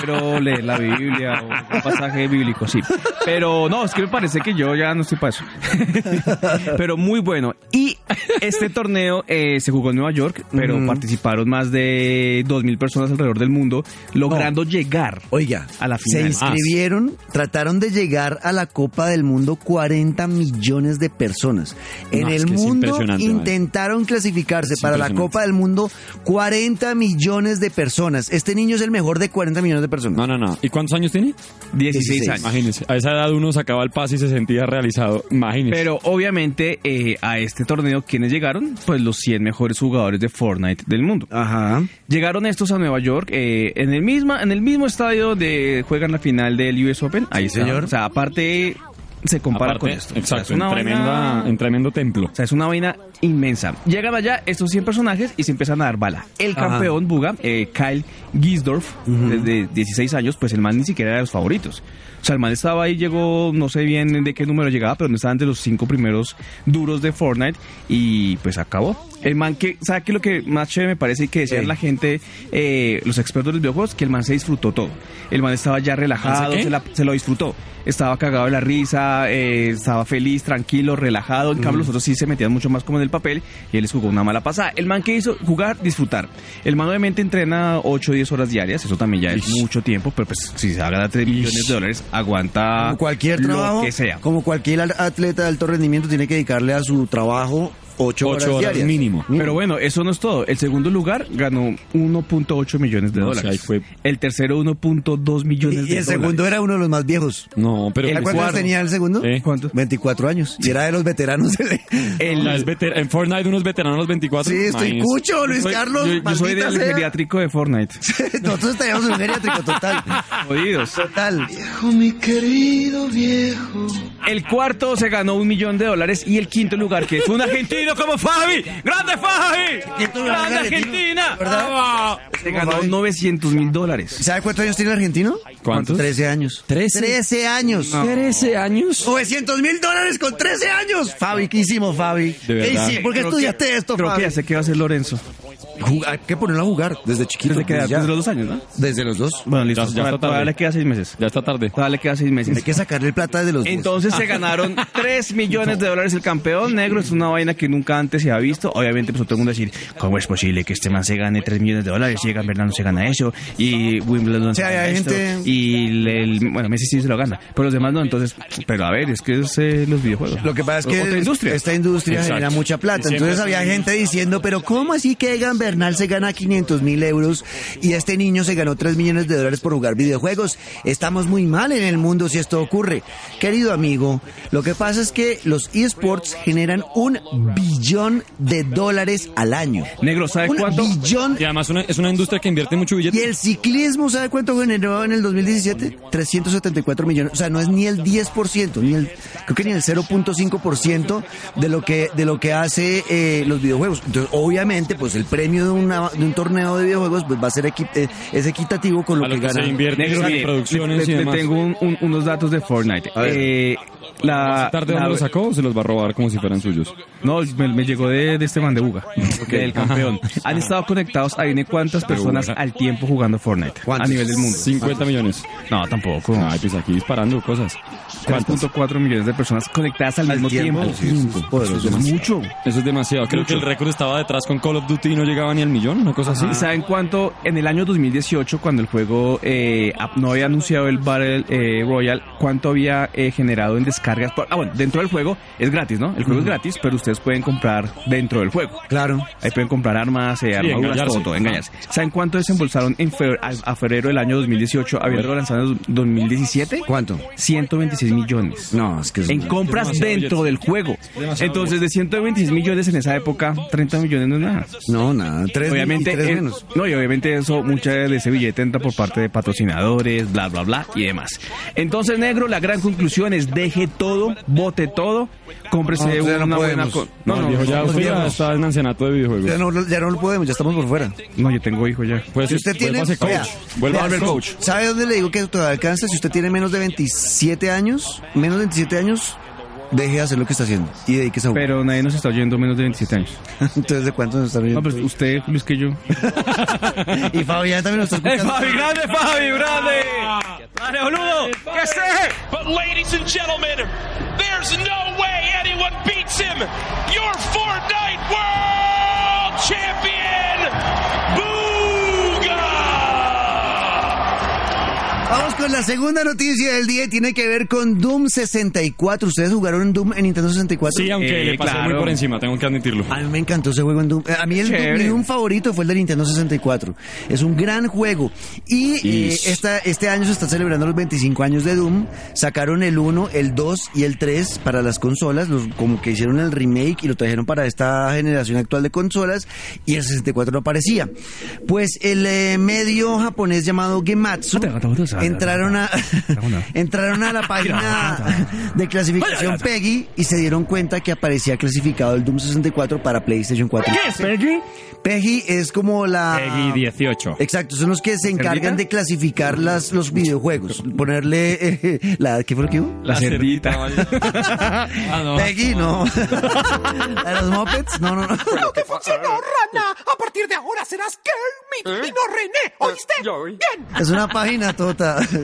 S4: Pero leer la Biblia o un pasaje bíblico, sí. Pero no, es que me parece que yo ya no estoy para eso. <laughs> Pero muy bueno. Y este torneo eh, se jugó en Nueva York, pero
S1: Ujú.
S4: participaron más de 2.000 personas alrededor del mundo, logrando llegar.
S1: Oiga,
S4: A la
S1: se
S4: final.
S1: inscribieron, trataron de llegar a la Copa del Mundo 40 millones de personas. En
S3: No, es
S1: el
S3: que es
S1: mundo
S3: impresionante, man.
S1: intentaron clasificarse
S3: Es
S1: para la
S3: impresionante.
S1: Copa del Mundo 40 millones de personas. Este niño es el mejor de 40 millones de personas.
S3: No, no, no. ¿Y cuántos años tiene?
S4: 16
S1: 16.
S4: años.
S3: Imagínense. A esa edad uno sacaba el pase y se sentía realizado. Imagínense.
S4: Pero obviamente eh, a este torneo, ¿quiénes llegaron? Pues los 100 mejores jugadores de Fortnite del mundo.
S1: Ajá.
S4: Llegaron estos a Nueva York eh, en el misma en el mismo estadio de juegan la final del US Open. Ahí está.
S1: señor.
S4: O sea, aparte se compara
S3: Aparte,
S4: con esto. O sea,
S3: Exacto,
S4: es una
S3: en,
S4: vaina-
S3: tremenda, en tremendo templo.
S4: o sea, es una vaina inmensa. Llegan allá estos 100 personajes y se empiezan a dar bala. El
S1: Ajá.
S4: campeón Buga, eh, Kyle Gisdorf, desde 16 años, pues el man ni siquiera era de los favoritos. O sea, el man estaba ahí, llegó, no sé bien de qué número llegaba, pero no estaba entre los cinco primeros duros de Fortnite y pues acabó. El man que, ¿sabes qué? Lo que más chévere me parece y que decían
S1: Sí.
S4: la gente, eh, los expertos de los videojuegos, que el man se disfrutó todo. El man estaba ya relajado,
S3: qué?
S4: se, la- se lo disfrutó. Estaba cagado de la risa, eh, estaba feliz, tranquilo, relajado. En
S3: Mm.
S4: cambio, los otros sí se metían mucho más como en el papel y él les jugó una mala pasada. El man que hizo jugar, disfrutar. El man obviamente entrena 8 o 10 horas diarias, eso también ya es
S3: Ish.
S4: mucho tiempo, pero pues si se habla de 3 millones de dólares, aguanta
S1: Como cualquier
S4: Ah, lo
S1: trabajo,
S4: que sea.
S1: como cualquier atleta de alto rendimiento tiene que dedicarle a su trabajo 8
S3: Ocho
S1: horas,
S3: horas
S1: diarias.
S3: mínimo.
S4: Pero bueno, eso no es todo. El segundo lugar ganó 1.8 millones de
S3: No, o sea,
S4: dólares.
S3: ahí fue-
S4: El tercero 1.2
S1: Y,
S4: millones de dólares.
S1: y el segundo era uno de los más viejos.
S3: No, pero.
S1: ¿Cuántos años tenía el segundo?
S3: ¿Eh?
S4: ¿Cuánto?
S1: 24 años. Y era de los veteranos.
S4: <laughs>
S1: del-
S4: El-
S3: La- es veter- en Fortnite unos veteranos los 24.
S1: Sí, estoy
S3: Imagínense.
S1: cucho, Luis
S4: Soy-
S1: Carlos.
S4: yo- yo soy
S1: maldita
S4: del
S1: sea.
S4: geriátrico de Fortnite.
S1: <laughs> Nosotros estaríamos en un geriátrico total.
S4: Jodidos.
S1: Total.
S4: El cuarto se ganó un millón de dólares y el quinto lugar, que fue un argentino como Fabi. ¡Grande
S1: Y
S4: Fabi!
S1: esto lo
S4: ¡Grande
S1: gana el argentino,
S4: Argentina!
S1: ¿verdad?
S4: ¡Bravo! Se ganó 900 mil dólares.
S1: ¿Sabe cuántos años tiene el argentino?
S3: ¿Cuántos?
S1: 13 años.
S3: 13.
S1: 13 años.
S3: 13 años.
S1: 900 mil dólares con 13 años. Fabi, ¿qué hicimos, Fabi?
S3: De
S1: ¿Qué
S3: verdad.
S1: hicimos? ¿Por qué
S4: Creo
S1: estudiaste
S4: que-
S1: esto,
S4: Creo
S1: Fabi?
S4: que ya sé qué va a hacer Lorenzo.
S1: Jug- Hay que ponerlo a jugar desde chiquito.
S4: Desde, que,
S1: pues, ya.
S4: desde los dos años, ¿no?
S1: Desde los dos.
S4: Bueno, listo.
S3: Ya- ya está
S4: todavía
S3: tarde.
S4: le queda seis meses.
S3: Ya está tarde.
S4: Todavía le queda seis meses.
S1: Hay que sacarle plata desde los dos.
S4: Entonces
S1: <laughs>
S4: se ganaron 3 millones de dólares el campeón negro. Es una vaina que nunca antes se había visto. Obviamente, pues todo el mundo va a decir, ¿cómo es posible que este man se gane 3 millones de dólares? Si Gambernano no se gana eso. Y Wimbledon se
S1: Sí, hay-
S4: gana
S1: hay
S4: esto,
S1: gente-
S4: Y el, el- bueno, Messi sí se lo gana. Pero los demás no. Entonces, pero a ver, es que es eh, los videojuegos.
S1: Lo que pasa es que este
S4: Otra industria.
S1: esta industria
S3: Exacto.
S1: genera mucha plata.
S3: Siempre
S1: Entonces había gente diciendo, pero ¿cómo así que Egan Bernal se gana 500 mil euros y este niño se ganó 3 millones de dólares por jugar videojuegos? Estamos muy mal en el mundo si esto ocurre. Querido amigo, lo que pasa es que los esports generan un billón de dólares al año.
S4: Negro, ¿sabe
S1: Un
S4: cuánto?
S1: billón.
S3: Y además una- es una industria que invierte mucho
S1: ¿Y
S3: billete.
S1: el ciclismo sabe cuánto generó en el 2017? 374 millones. O sea, no es ni el 10%, ni el, creo que ni el 0.5% de lo que de lo que hace eh, los videojuegos. Entonces, obviamente, pues el premio de, una, de un torneo de videojuegos pues va a ser equi- eh, es equitativo con lo,
S3: A lo que
S1: gana.
S3: se invierte
S4: Negro,
S3: en
S4: mire,
S3: producciones
S4: le- le-
S3: y
S4: le
S3: demás.
S4: tengo un- un- unos datos de Fortnite. Eh, la,
S3: ¿Tarde
S4: la-
S3: dónde lo sacó o se los va a robar como si fueran suyos?
S4: No, me, me llegó de, de este man de
S1: <laughs>
S4: Buga, del campeón. Han estado conectados, adivine cuántas personas
S3: Buga.
S4: al tiempo jugando Fortnite
S1: ¿Cuántos? Ah,
S4: a nivel del mundo.
S3: 50 millones.
S4: No, tampoco.
S3: Ay, pues aquí disparando cosas. ¿Cuántos?
S4: 3.4 millones de personas conectadas al,
S1: Al
S4: mismo tiempo.
S1: tiempo, sí, es poderoso,
S4: Eso es mucho.
S3: Eso es demasiado. Creo que el récord estaba detrás con Call of Duty y no llegaba ni al millón, una cosa así.
S1: Ah.
S4: ¿Y saben cuánto? En el año 2018, cuando el juego eh, ap- no había anunciado el Battle eh, Royale, ¿cuánto había eh, generado en descargas? Por- ah, bueno, dentro del juego es gratis, ¿no? El juego es gratis, pero ustedes pueden comprar dentro del juego.
S1: Claro.
S4: Ahí pueden comprar armas, eh, armaduras,
S3: engañarse.
S4: todo, todo, engañarse. ¿Saben cuánto desembolsaron en febrero, a, a febrero del año 2018, habiendo lanzado en 2017?
S1: ¿Cuánto?
S4: 126 millones.
S1: No, es que es
S4: En compras
S3: Demasiado
S4: dentro del juego. Entonces, de 126 millones en esa época, 30 millones no es nada.
S1: No, nada. Ah, tres,
S4: obviamente,
S1: y tres
S4: eh,
S1: menos.
S4: No, y obviamente eso, mucha de ese billete entra por parte de patrocinadores, bla, bla, bla y demás. Entonces, negro, la gran conclusión es deje todo, bote todo,
S1: No,
S4: cómprese
S1: ya no
S4: una buena...
S1: podemos.
S4: co-
S3: No, el viejo ya,
S1: no,
S3: usted ya
S1: no.
S3: está en ancianato de videojuegos.
S1: Ya no, ya no lo podemos, ya estamos por fuera.
S4: no, yo tengo hijo ya.
S3: Pues,
S1: Si usted tiene.
S3: vuelva a ser
S1: vea,
S3: coach. Vuelva a
S1: vea,
S3: ser
S1: ¿sabe-
S3: coach.
S1: ¿Sabe dónde le digo que todavía alcanza? Si usted tiene menos de 27 años, menos de 27 años, deje de hacer lo que está haciendo y dedíquese a jugar.
S4: Pero nadie nos está oyendo menos de 27 años.
S1: <laughs> Entonces, ¿de cuánto nos están
S4: No,
S1: oyendo?
S4: pues usted, Luis, que
S2: <laughs>
S4: yo.
S1: Y Fabi ya también nos está
S4: <laughs>
S2: ¡Eh,
S1: escuchando.
S2: Fabi, grande, Fabi, grande! ¡Dale, boludo! ¿Qué sé?
S5: But ladies and gentlemen, there's no way anyone beats him. Your Fortnite World Champion, Booga!
S1: Vamos con la segunda noticia del día y tiene que ver con Doom 64. ¿Ustedes jugaron Doom en Nintendo 64?
S3: Sí, aunque
S4: Eh,
S3: le pasé
S4: claro. ¿Ah,
S3: muy por encima, tengo que admitirlo.
S1: A mí me encantó ese juego en Doom. Eh, A mí el Doom,
S4: Chévere.
S1: mi Doom favorito fue el de Nintendo 64. Es un gran juego. Y eh,
S3: Ish.
S1: esta, este año se están celebrando los 25 años de Doom. Sacaron el 1, el 2 y el 3 para las consolas. Los, como que hicieron el remake y lo trajeron para esta generación actual de consolas. Y el 64 no aparecía. Pues el eh, medio japonés llamado Gematsu entraron a, <laughs> entraron a la página de clasificación Peggy y se dieron cuenta que aparecía clasificado el Doom 64 para PlayStation 4.
S4: es Peggy? Ah.
S1: Peggy es como la...
S3: Peggy 18.
S1: Exacto, son los que se encargan de clasificar las, los videojuegos. Ponerle eh, <laughs> la... ¿Qué fue lo que hubo?
S4: La cerdita.
S3: Ah, no.
S1: Peggy, no. ¿A los Muppets? No, no, no. Es una página tota.
S2: <laughs>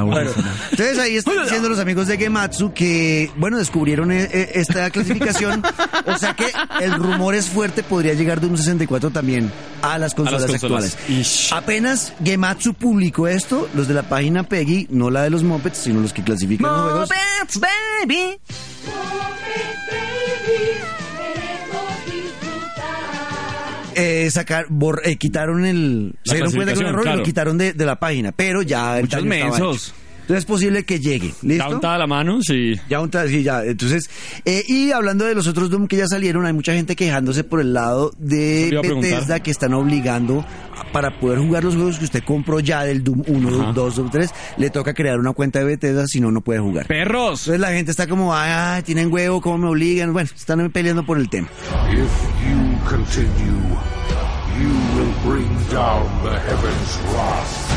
S4: Bueno.
S1: Entonces ahí están diciendo los amigos de Gematsu que, bueno, descubrieron eh, eh, esta clasificación. O sea que el rumor es fuerte, podría llegar de un 64 también a las consolas,
S3: consolas.
S1: actuales.
S3: Ish.
S1: Apenas Gematsu publicó esto, los de la página Peggy, no la de los Muppets, sino los que clasifican los juegos. baby! Eh, sacar, bor- eh, quitaron el.
S3: La
S1: se dieron cuenta que era un error
S3: clasificación,
S1: y lo
S3: claro.
S1: quitaron de, de la página, pero ya el
S4: Muchos
S1: daño estaba
S4: mensos.
S1: hecho. Entonces es posible que llegue. ¿Listo?
S3: ¿Ya untada la mano? Sí.
S1: Ya un tra- sí, ya. Entonces, eh, y hablando de los otros Doom que ya salieron, hay mucha gente quejándose por el lado
S3: Eso te
S1: de
S3: iba a preguntar.
S1: Bethesda que están obligando a- para poder jugar los juegos que usted compró ya del Doom 1, Doom 2, Doom 3, le toca crear una cuenta de Bethesda, si no, no puede jugar.
S4: ¡Perros!
S1: Entonces la gente está como, ah, tienen huevo, ¿cómo me obligan? Bueno, están peleando por el tema.
S6: If you continue, you will bring down the heavens' wrath.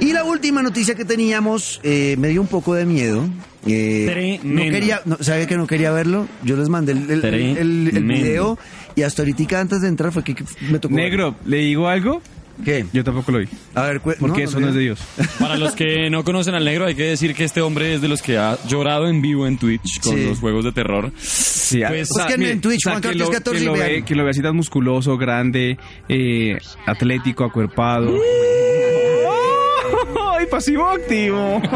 S1: Y la última noticia que teníamos eh, me dio un poco de miedo. Eh,
S3: Tremendo.
S1: No quería, no, ¿sabe que no quería verlo? Yo les mandé el, el- el- el- el
S3: Tremendo.
S1: video y hasta ahorita antes de entrar fue que que me tocó.
S4: Negro, ¿le digo algo?
S1: ¿Qué?
S4: Yo tampoco lo vi.
S1: A ver, cu-
S4: Porque eso no es de Dios.
S3: Para los que no conocen al negro, hay que decir que este hombre es de los que ha llorado en vivo en Twitch con
S1: Sí.
S3: los juegos de terror.
S4: Sí, ah,
S3: Pues,
S4: o sea,
S1: búsquenme
S4: mire,
S1: en Twitch, Juan
S4: quien
S1: Carlos
S4: lo-
S1: 14 y
S4: quien lo
S1: vean.
S4: ve- Quien lo ve así tan musculoso, grande, eh, atlético, acuerpado. ¡Ay, pasivo activo! <laughs>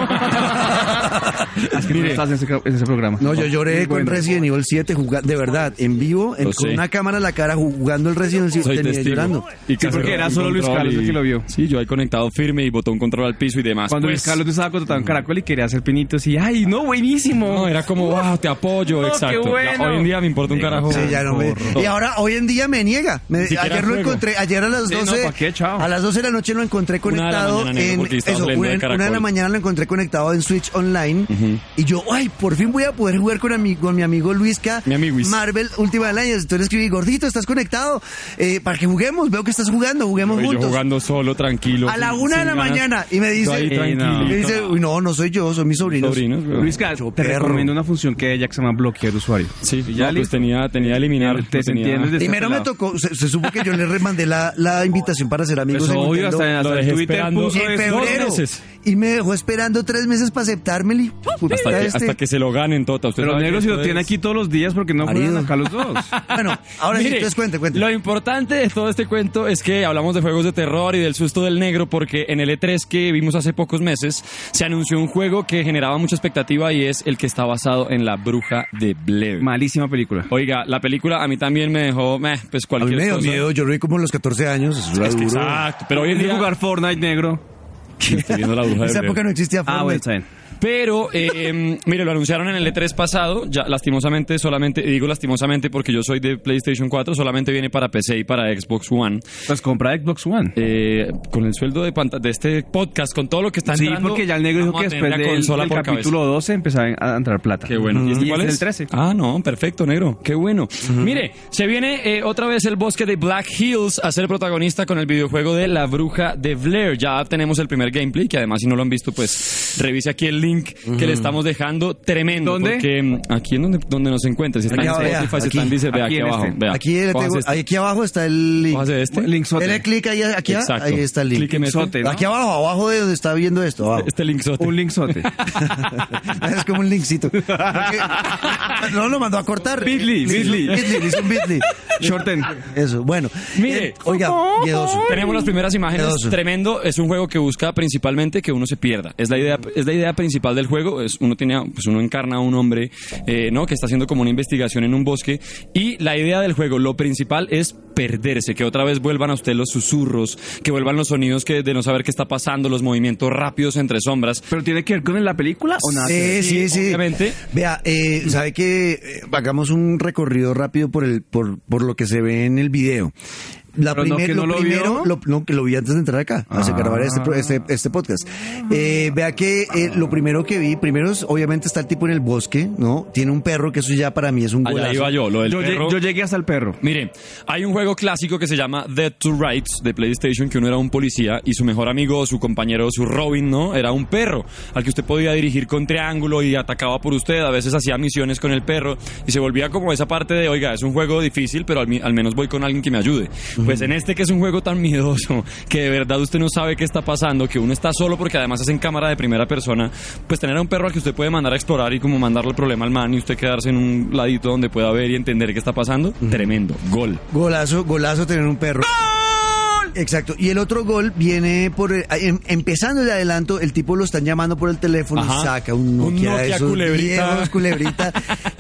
S4: Así que no estás en ese, en ese programa.
S1: No, yo lloré
S4: Muy
S1: con
S4: bueno.
S1: Resident Evil 7 juga- de verdad, en vivo, en-
S3: Lo
S1: con
S3: sé.
S1: una cámara en la cara jugando el Resident Evil
S3: Soy
S1: terminé
S3: testigo.
S1: llorando.
S3: Y casi
S4: porque era
S3: con
S4: solo Luis
S3: control
S4: Carlos el que lo vio.
S3: Sí, yo ahí conectado firme y botón control al piso y demás.
S4: Cuando
S3: Pues,
S4: Luis Carlos estaba contratado en Caracol y quería hacer pinitos y ¡ay, no, buenísimo!
S3: No, era como, wow, te apoyo,
S4: No,
S3: exacto.
S4: qué bueno.
S3: Ya, hoy en día me importa un carajo.
S1: Sí, ya no me-
S3: Gorro.
S1: y ahora, hoy en día me niega. Me-
S3: Ni siquiera
S1: ayer lo
S3: juego.
S1: encontré, ayer a las
S4: Sí, no,
S1: 12,
S4: ¿pa' qué? Chao.
S1: a las 12 de la noche lo encontré
S3: Una de la
S1: conectado
S3: mañana, negro,
S1: en,
S3: porque estabas
S1: eso,
S3: leyendo
S1: una,
S3: de Caracol.
S1: una de la mañana lo encontré conectado en Switch Online y yo, ay, por fin voy a poder jugar con, ami- con mi amigo Luisca,
S3: Mi amiguis.
S1: Marvel Ultimate Alliance. Entonces le escribí, gordito, estás conectado, Eh, para que juguemos, veo que estás jugando, juguemos
S3: Y yo
S1: juntos.
S3: jugando solo, tranquilo.
S1: A la
S3: sin-
S1: una de
S3: sin
S1: la
S3: ganas.
S1: mañana y me
S3: Yo ahí
S1: dice,
S4: Eh, no.
S3: tranquilito.
S1: me dice, "Uy, no, no soy yo, son mis sobrinos.
S3: Sobrinos, weón.
S4: Luis Carlos, te
S1: perro.
S4: recomiendo una función que hay ya que se llama bloquear usuario.
S3: Sí,
S4: Y
S3: ya pues
S4: listo.
S3: tenía, tenía eliminar.
S4: Te-
S3: lo
S4: te
S3: tenía-
S4: entiendes de-
S1: Primero me tocó, se, se supo que yo le remandé la, la invitación para ser amigos
S4: Pues
S1: en
S4: obvio,
S1: Nintendo
S4: hasta, hasta
S3: lo
S4: en
S3: dejé
S4: Twitter
S3: esperando.
S4: puso
S1: en
S3: dos
S1: febrero
S3: meses.
S1: y me dejó esperando tres meses para aceptármeli. pues,
S3: Hasta que,
S1: este
S3: hasta que se lo ganen, Tota. Usted
S4: Pero
S3: sabe
S4: negro
S3: que
S4: si lo
S3: esto
S4: tiene
S3: es-
S4: aquí todos los días porque no juegan
S1: Marido.
S4: acá
S1: <laughs>
S4: los dos.
S1: Bueno, ahora sí,
S3: Mire,
S1: entonces cuente, cuente.
S3: Lo importante de todo este cuento es que hablamos de juegos de terror y del susto del negro porque en el E3 que vimos hace pocos meses se anunció un juego que generaba mucha expectativa y es el que está basado en La Bruja de Blair.
S4: Malísima película.
S3: Oiga, la película a mí también me dejó, meh, pues
S1: A mí
S3: cualquier
S1: me dio
S3: cosa.
S1: miedo, yo lo vi como a los 14 años, eso era
S3: Es que
S1: duro.
S3: exacto, pero hoy en
S4: Tienes que
S3: día
S4: jugar Fortnite negro.
S3: Estoy viendo la bruja de
S1: esa
S3: Blair.
S1: época no existía
S4: Ah,
S1: Fortnite.
S4: bueno, está bien.
S3: Pero, eh, <laughs> mire, lo anunciaron en el E3 pasado, ya lastimosamente, solamente, y digo lastimosamente porque yo soy de PlayStation 4, solamente viene para PC y para Xbox One.
S4: Pues compra Xbox One.
S3: Eh, con el sueldo de, panta- de este podcast, con todo lo que está
S4: sí,
S3: entrando,
S4: porque ya el negro dijo
S3: vamos
S4: que
S3: a tener
S4: después
S3: la
S4: del,
S3: consola
S4: del
S3: por cabeza.
S4: capítulo 12 empezaba a entrar plata. Mm.
S3: Qué bueno. ¿Y este
S4: Y
S3: cuál
S4: es
S3: es?
S4: el 13.
S3: Ah, no, perfecto, negro. Qué bueno. Mire, se viene eh, otra vez el bosque de Black Hills a ser protagonista con el videojuego de La Bruja de Blair. Ya tenemos el primer gameplay, que además si no lo han visto, pues revise aquí el link que le estamos dejando. Tremendo.
S4: ¿Dónde?
S3: Porque mm, aquí en donde, donde nos encuentra. Si están en
S1: Aquí, vea,
S3: Spotify, si
S1: aquí.
S3: están en Deezer, vea,
S4: Aquí
S3: aquí,
S4: en
S3: abajo.
S4: este.
S3: vea.
S1: Aquí, le
S3: Cójase
S1: tengo-
S3: este.
S1: aquí abajo está el link.
S3: Cójase este.
S4: Linksote.
S1: Dele clic ahí, aquí, ah,
S3: Exacto.
S1: ahí está el link. este
S3: Clique, mete.
S4: Linksote, ¿no?
S1: Aquí abajo, abajo de donde está viendo esto. abajo.
S3: Este link
S1: <laughs>
S4: Un linksote.
S1: es como un
S3: <laughs>
S1: linkcito. Porque- No lo mandó a cortar.
S4: Bitly,
S1: Le hizo-
S4: bitly.
S1: Bitly, le hizo un
S3: <laughs>
S1: bitly.
S4: Shorten.
S1: Eso, bueno.
S3: Mire.
S1: Eh, oiga, miedoso.
S3: Tenemos las primeras imágenes,
S1: Miedoso.
S3: tremendo. Es un juego que busca principalmente que uno se pierda. Es la idea, es la idea principal del juego. Es uno tiene, pues uno encarna a un hombre, eh, ¿no? Que está haciendo como una investigación en un bosque. Y la idea del juego, lo principal es perderse, que otra vez vuelvan a usted los susurros, que vuelvan los sonidos que de no saber qué está pasando, los movimientos rápidos entre sombras.
S4: ¿Pero tiene que ver con la película o nada? que ver?
S1: Sí, sí, sí.
S3: obviamente.
S1: Vea, eh, sabe que eh, hagamos un recorrido rápido por el por, por lo que se ve en el video. La
S4: Pero no,
S1: primer-
S4: que
S1: lo,
S4: no lo
S1: primero,
S4: vio.
S1: lo- no, que lo vi antes de entrar acá, hace
S4: Ah.
S1: grabar este, pro- este, este podcast. Eh, vea que eh, lo primero que vi, primero es, obviamente está el tipo en el bosque, ¿no? Tiene un perro que eso ya para mí es un
S3: Allá
S1: golazo.
S3: iba yo, lo del
S4: Yo, lle-
S3: perro.
S4: yo llegué hasta el perro.
S3: Mire, hay un juego clásico que se llama Dead to Rights de PlayStation, que uno era un policía y su mejor amigo, su compañero, su Robin, ¿no? Era un perro al que usted podía dirigir con triángulo y atacaba por usted. A veces hacía misiones con el perro y se volvía como esa parte de, oiga, es un juego difícil, pero al, mi- al menos voy con alguien que me ayude. Pues en este que es un juego tan miedoso, que de verdad usted no sabe qué está pasando, que uno está solo porque además es en cámara de primera persona, pues tener a un perro al que usted puede mandar a explorar y como mandarle el problema al man y usted quedarse en un ladito donde pueda ver y entender qué está pasando, tremendo, gol.
S1: Golazo, golazo tener un perro. Exacto. Y el otro gol viene por. el- em- empezando el adelanto, el tipo lo están llamando por el teléfono y
S3: Ajá.
S1: saca un
S3: Un
S1: Nokia, de
S3: Nokia
S1: esos
S3: culebrita.
S1: viejos, culebrita.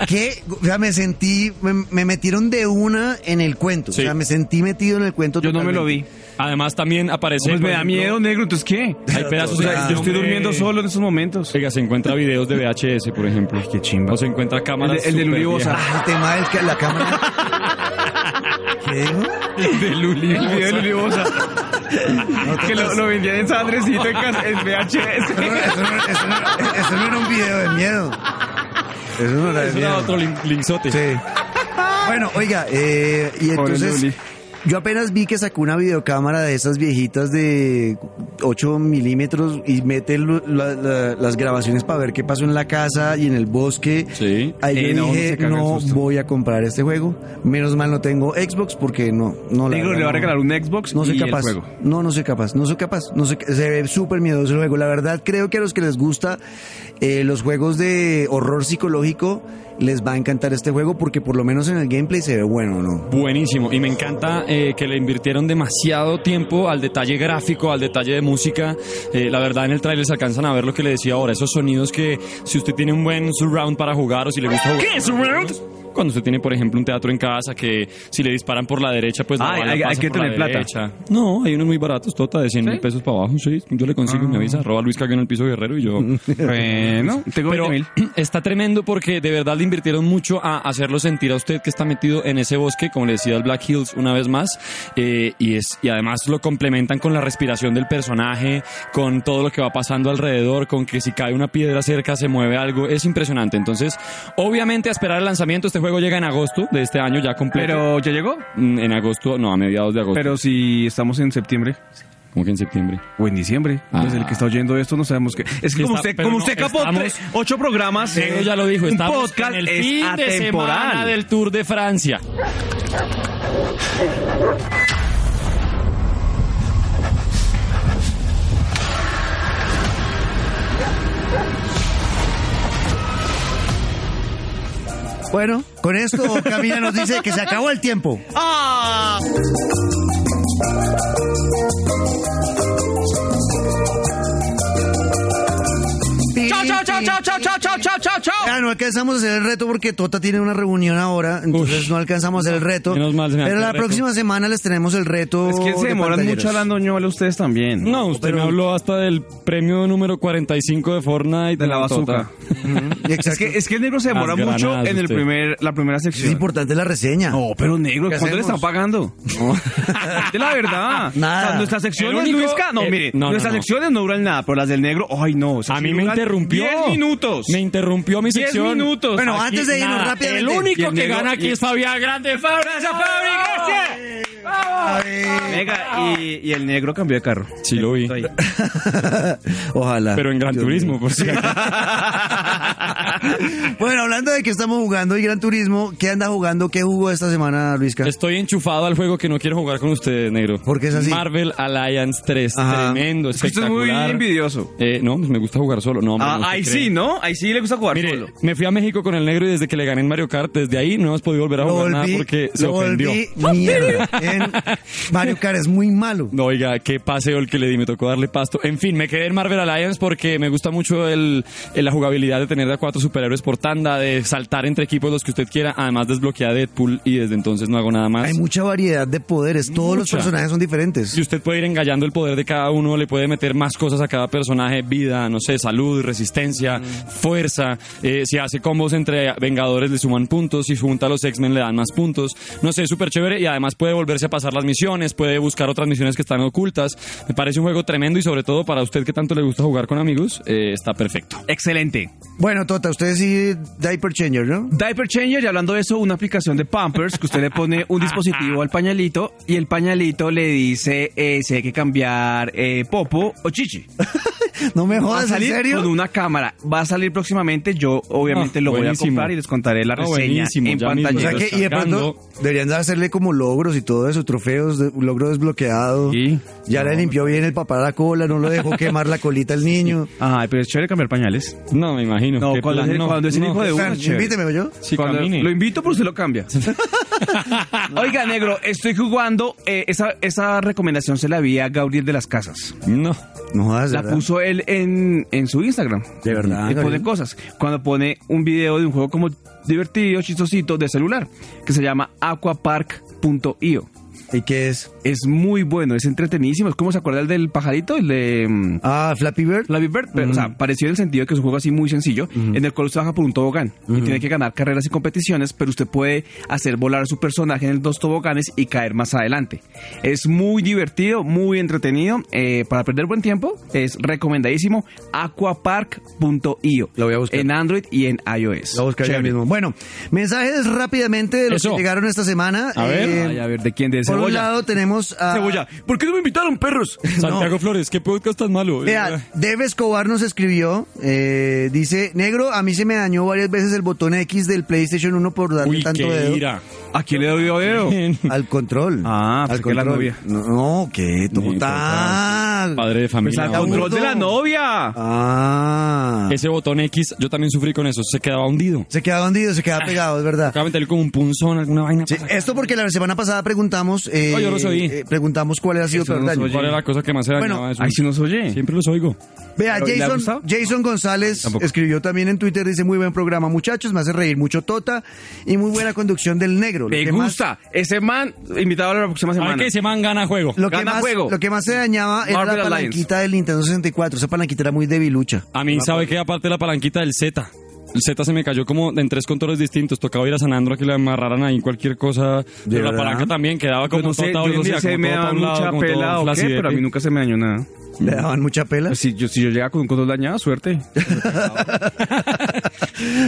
S1: que, o sea, me sentí. Me, me metieron de una en el cuento.
S3: Sí.
S1: O sea, me sentí metido en el cuento.
S4: Yo no me lo vi.
S1: totalmente.
S3: Además también aparece...
S4: Pues me
S3: por
S4: da
S3: ejemplo,
S4: miedo, negro. ¿Entonces qué?
S3: Hay pedazos
S1: O sea,
S3: de-
S1: yo
S4: Yo
S3: de
S4: estoy
S3: Ah, hombre-
S4: durmiendo solo en estos momentos. <laughs>
S3: Oiga, se encuentra videos de VHS, por ejemplo.
S4: qué chimba.
S3: O se encuentra cámaras
S4: El de- el del
S3: superviejas.
S4: Uribosa.
S1: Ah, el tema de la cámara. ¿Qué dijo?
S3: de Luli
S4: El video de
S3: <laughs> Bosa.
S4: Luli Bosa. que lo, lo vendían
S3: <laughs>
S4: en Sandresito en, cas- en
S1: Eso no,
S4: VHS.
S1: eso no- eso no- eso no era un video de miedo. Eso no era de
S3: Eso
S1: miedo.
S3: era otro lin- linzote.
S1: Sí. Bueno, oiga, eh, y
S4: Pobre
S1: entonces
S4: Luli.
S1: yo apenas vi que sacó una videocámara de esas viejitas de 8 milímetros y mete lo- la- la- las grabaciones para ver qué pasó en la casa y en el bosque.
S3: Sí.
S1: Ahí yo
S4: Eh, no, se
S1: dije,
S4: caga el
S1: no
S4: susto".
S1: voy a comprar este juego. Menos mal no tengo Xbox porque no, no la
S4: Negro
S1: verdad,
S4: le va
S1: no.
S4: a regalar un Xbox
S1: No soy
S4: y
S1: capaz.
S4: el juego.
S1: No, no soy capaz. No soy capaz. No soy- se ve súper miedoso el juego. La verdad, creo que a los que les gusta eh, los juegos de horror psicológico les va a encantar este juego porque por lo menos en el gameplay se ve bueno, ¿no?
S3: Buenísimo, y me encanta eh, que le invirtieron demasiado tiempo al detalle gráfico, al detalle de música. Eh, la verdad, en el trailer se alcanzan a ver lo que le decía ahora, esos sonidos que si usted tiene un buen surround para jugar o si le gusta jugar. ¿Qué es surround? Cuando usted tiene, por ejemplo, un teatro en casa que si le disparan por la derecha, pues la
S4: Ah,
S3: bala
S4: hay- hay
S3: pasa
S4: que
S3: por la
S4: tener plata.
S3: derecha. No, hay unos muy baratos, tota de 100 mil pesos para abajo. Sí, yo le consigo, y me
S4: Ah.
S3: avisa, roba Luis Cagué en el piso guerrero y yo.
S4: <laughs> Bueno, tengo
S3: Pero
S4: 20.000.
S3: <clears throat> está tremendo porque de verdad le invirtieron mucho a hacerlo sentir a usted que está metido en ese bosque, como le decía el Black Hills una vez más, eh, y, es, y además lo complementan con la respiración del personaje, con todo lo que va pasando alrededor, con que si cae una piedra cerca se mueve algo, es impresionante. Entonces, obviamente a esperar el lanzamiento, este juego llega en agosto de este año ya completo.
S4: Pero ya llegó.
S3: Mm, en agosto, no, a mediados de agosto,
S4: Pero si estamos en septiembre
S3: como que en septiembre.
S4: o en diciembre,
S3: Ah.
S4: pues el que está oyendo esto no sabemos qué. Es que
S3: Está-
S4: como usted,
S3: pero
S4: como
S3: no,
S4: usted capó
S3: estamos-
S4: tres- ocho programas,
S3: Diego ya lo dijo,
S4: un
S3: estamos
S4: podcast
S3: en el
S4: es
S3: fin de
S4: atemporal.
S3: semana del Tour de Francia.
S1: Bueno, con esto Camila nos dice que se acabó el tiempo.
S5: Chao, chao, chao, chao, chao, chao, chao, chao, chao.
S4: ¡Chao!
S1: Ah, no alcanzamos a hacer el reto porque Tota tiene una reunión ahora, entonces
S3: Uf.
S1: no alcanzamos a hacer el reto.
S3: Menos mal, se me
S1: pero
S3: hace
S1: la
S3: el reto.
S1: próxima semana les tenemos el reto.
S4: Es que se
S1: de
S4: demoran
S1: pantalleros.
S4: mucho hablando ñola ustedes también.
S3: No, usted me habló hasta del premio número 45 de Fortnite. tota.
S4: De la
S3: bazooka.
S4: bazooka.
S1: Exacto.
S4: Es que, es que el negro se demora
S3: Las granadas,
S4: mucho en el
S3: usted.
S4: primer, la primera
S1: Es
S4: sección.
S1: importante la reseña.
S4: No, pero negro,
S1: ¿Qué
S4: ¿cuánto le
S1: hacemos?
S4: están pagando?
S3: <laughs>
S4: De la verdad.
S1: Nada.
S4: O sea, nuestras
S3: El
S4: secciones,
S3: único-
S4: Luisca, no,
S3: eh,
S4: mire,
S3: no, no,
S4: nuestras
S3: no.
S4: secciones no duran nada, pero las del negro, ay no. o sea,
S3: A
S4: sí
S3: mí me
S4: duran
S3: interrumpió.
S4: 10 minutos.
S3: Me interrumpió mi
S4: 10
S3: sección.
S4: minutos.
S1: Bueno,
S4: Aquí-
S1: antes de irnos
S3: Nada. El
S1: rápidamente.
S3: único
S4: ¿Quién
S3: que
S4: negó?
S3: gana aquí
S4: ¿Y-
S3: es Fabián Grande. Fabra.
S4: ¡Gracias, Fabri! ¡Gracias!
S1: A ver.
S4: Venga, y, y el negro cambió de carro.
S3: Sí, lo vi.
S4: Ahí.
S1: <laughs> Ojalá.
S3: Pero en Gran
S1: Dios
S3: Turismo, pues. por si
S4: <laughs>
S3: acaso.
S1: mío. <laughs> Bueno, hablando de que estamos jugando y Gran Turismo, ¿qué anda jugando? ¿Qué jugó esta semana, Luisca?
S3: Estoy enchufado al juego que no quiero jugar con ustedes, negro.
S1: ¿Por qué es así?
S3: Marvel Alliance 3.
S1: Ajá.
S3: Tremendo,
S4: Es que usted es muy
S3: espectacular.
S4: envidioso.
S3: Eh, no, me gusta jugar solo. No, hombre,
S4: Ah,
S3: no se
S4: ahí
S3: cree.
S4: sí, ¿no? Ahí sí le gusta jugar
S3: Mire,
S4: solo.
S3: me fui a México con el negro y desde que le gané en Mario Kart, desde ahí no hemos podido volver a
S1: Lo
S3: jugar nada
S1: volví,
S3: porque se
S1: lo
S3: ofendió.
S1: volví
S3: <laughs>
S1: mierda. En Mario Kart es muy malo.
S3: No, oiga, qué paseo el que le di, me tocó darle pasto. En fin, me quedé en Marvel Alliance porque me gusta mucho el, el- la jugabilidad de tener a cuatro superhéroes por tanda, de saltar entre equipos los que usted quiera. Además, desbloquea Deadpool y desde entonces no hago nada más.
S1: Hay mucha variedad de poderes. Todos los
S3: Mucha.
S1: personajes son diferentes.
S3: Si usted puede ir engallando el poder de cada uno, le puede meter más cosas a cada personaje, vida, no sé, salud,
S1: Mm.
S3: resistencia, fuerza. Eh, si hace combos entre Vengadores le suman puntos, si junta a los X-Men le dan más puntos. No sé, súper chévere y además puede volverse a pasar las misiones, puede buscar otras misiones que están ocultas. Me parece un juego tremendo y sobre todo para usted que tanto le gusta jugar con amigos, eh, está perfecto.
S4: Excelente.
S1: Bueno, Tota, usted sí, Diaper Changer, ¿no?
S4: Diaper Changer, y hablando de eso, una aplicación de Pampers que usted le pone un dispositivo al pañalito y el pañalito le dice eh, si hay que cambiar eh, popo o
S3: <laughs>
S4: chichi.
S1: <laughs> No me
S4: Va a
S1: jodas, ¿en
S4: salir
S1: serio?
S4: con una cámara. Va a salir próximamente. Yo obviamente
S3: Ah,
S4: lo voy a
S3: buenísimo.
S4: comprar y les contaré la
S3: Ah,
S4: reseña
S3: buenísimo,
S4: en
S3: ya mismo.
S1: O sea
S4: pantalla.
S1: que, y de pronto deberían de hacerle como logros y todo eso, trofeos, de- logro desbloqueado.
S4: Sí.
S1: Ya le limpió bien el papá la cola, no lo dejó quemar la colita
S4: <laughs>
S1: al niño.
S4: Ay, pero es chévere cambiar pañales.
S3: No, me imagino.
S4: No,
S3: qué
S4: cuando
S3: plan,
S4: es el- cuando es el hijo de
S1: O sea,
S4: una, chévere.
S1: invíteme, ¿oyó?
S3: Sí,
S4: Cuando-
S3: camine.
S4: lo invito, pero usted lo cambia. Oiga, negro, estoy jugando. eh, esa, esa recomendación se la vi a Gabriel de las Casas.
S3: No.
S1: No jodas,
S4: La
S1: ¿verdad?
S4: puso él en, en su Instagram.
S1: De verdad,
S4: Y pone
S1: Gabriel.
S4: cosas. Cuando pone un video de un juego como divertido, chistosito de celular, que se llama aquapark.io.
S1: ¿Y qué es?
S4: Es muy bueno, es entretenidísimo. Es como se acuerda el del pajarito, el de. mm,
S1: Ah, Flappy Bird.
S4: Flappy Bird, pero, o
S1: Mm.
S4: sea, pareció en el sentido que es un juego así muy sencillo, en el cual usted baja por un tobogán
S1: Mm.
S4: y tiene que ganar carreras y competiciones, pero usted puede hacer volar a su personaje en los dos toboganes y caer más adelante. Es muy divertido, muy entretenido. eh, para perder buen tiempo, es recomendadísimo aquapark.io.
S1: Lo voy a buscar.
S4: En Android y en iOS.
S1: La buscaré ya
S4: Chévere.
S1: mismo. Bueno, mensajes rápidamente de los
S3: Eso.
S1: que llegaron esta semana. Eh,
S3: A ver.
S4: Ay, a ver, ¿de quién? De
S1: por un
S4: Cebolla.
S1: lado tenemos a...
S4: Cebolla. ¿Por qué no me invitaron, perros?
S3: <laughs> Santiago Flores, qué podcast tan malo. Eh,
S1: Vea, Deb Escobar nos escribió, eh, dice, negro, a mí se me dañó varias veces el botón X del PlayStation 1 por darle
S3: Uy,
S1: tanto
S3: qué
S1: dedo
S3: ira.
S4: ¿A quién le doy dedo?
S1: <laughs> al control.
S4: Ah,
S1: al
S3: pues
S4: pensé que la novia.
S1: No, no, qué
S3: Ni
S1: tota.
S3: <laughs> Padre de
S4: Pues
S3: familia.
S4: al
S1: Mira,
S4: control
S1: aburrido.
S4: de la novia.
S1: Ah.
S3: Ese botón X, yo también sufrí con eso, se quedaba hundido.
S1: Se queda hundido, se
S3: Ah.
S1: queda pegado, es
S3: <laughs>
S1: verdad.
S3: Acaba de meterle como un punzón, alguna vaina.
S1: Sí, esto porque la semana pasada preguntamos, eh,
S3: No, yo los oí.
S1: eh, preguntamos cuál ha sido el
S4: Eso
S1: peor
S4: no
S1: daño.
S4: oye.
S3: ¿Cuál era la cosa que más se
S1: Bueno,
S3: dañaba? Eso.
S4: Ay, si nos oye.
S3: Siempre los oigo.
S1: Vea,
S4: Pero, ¿y le ha
S1: Jason,
S4: gustado?
S1: Jason González escribió también en Twitter, dice, muy buen programa, muchachos, me hace reír mucho Tota y muy buena conducción del negro. Lo
S4: Me
S1: que más-
S4: gusta. Ese man, invitado a la próxima
S3: A ver
S4: semana.
S3: que ese man gana juego.
S1: lo que,
S4: Gana
S1: más,
S4: juego.
S1: lo que más se dañaba era
S4: Marvel
S1: la
S4: Alliance.
S1: palanquita del Nintendo 64. Esa palanquita era muy debilucha.
S3: A mí, ¿sabe qué? Aparte de la palanquita del Z. El Z se me cayó como en tres controles distintos. Tocaba ir a San Andro a que le amarraran ahí cualquier cosa. Pero la
S1: verdad?
S3: palanca también quedaba
S4: Yo
S3: como
S4: no sé,
S3: tota hoy
S4: yo
S3: en
S4: no
S3: día,
S4: sé si
S3: como
S4: me
S3: todo
S4: da
S3: pa' un lado,
S4: mucha
S3: como
S4: pela
S3: todo
S4: o qué,
S3: flacidete.
S4: pero a mí nunca se me dañó nada.
S1: Le daban mucha pela.
S4: Si yo, si yo llegaba con un control dañado, suerte.
S1: <laughs>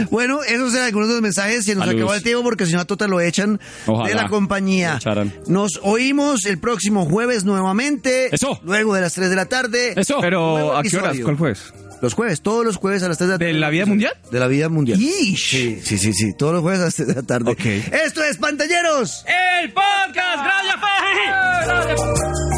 S1: Bueno, esos eran algunos de los mensajes. Se nos
S3: Saludos.
S1: acabó el tiempo porque si no a Tota lo echan
S3: Ojalá
S1: de la
S3: lo
S1: compañía.
S3: echaran.
S1: Nos oímos el próximo jueves nuevamente.
S3: Eso.
S1: Luego de las 3 de la tarde.
S3: Eso.
S1: Nuevo
S4: Pero, ¿a qué
S1: episodio.
S4: horas? ¿Cuál jueves?
S1: Los jueves, todos los jueves a las 3 de la tarde.
S4: ¿De la vida mundial?
S1: De la vida mundial. Sí, sí, sí, sí. Todos los jueves a las 3 de la tarde.
S4: Ok.
S1: Esto es Pantalleros.
S4: ¡El podcast! ¡Gracias, Fabi!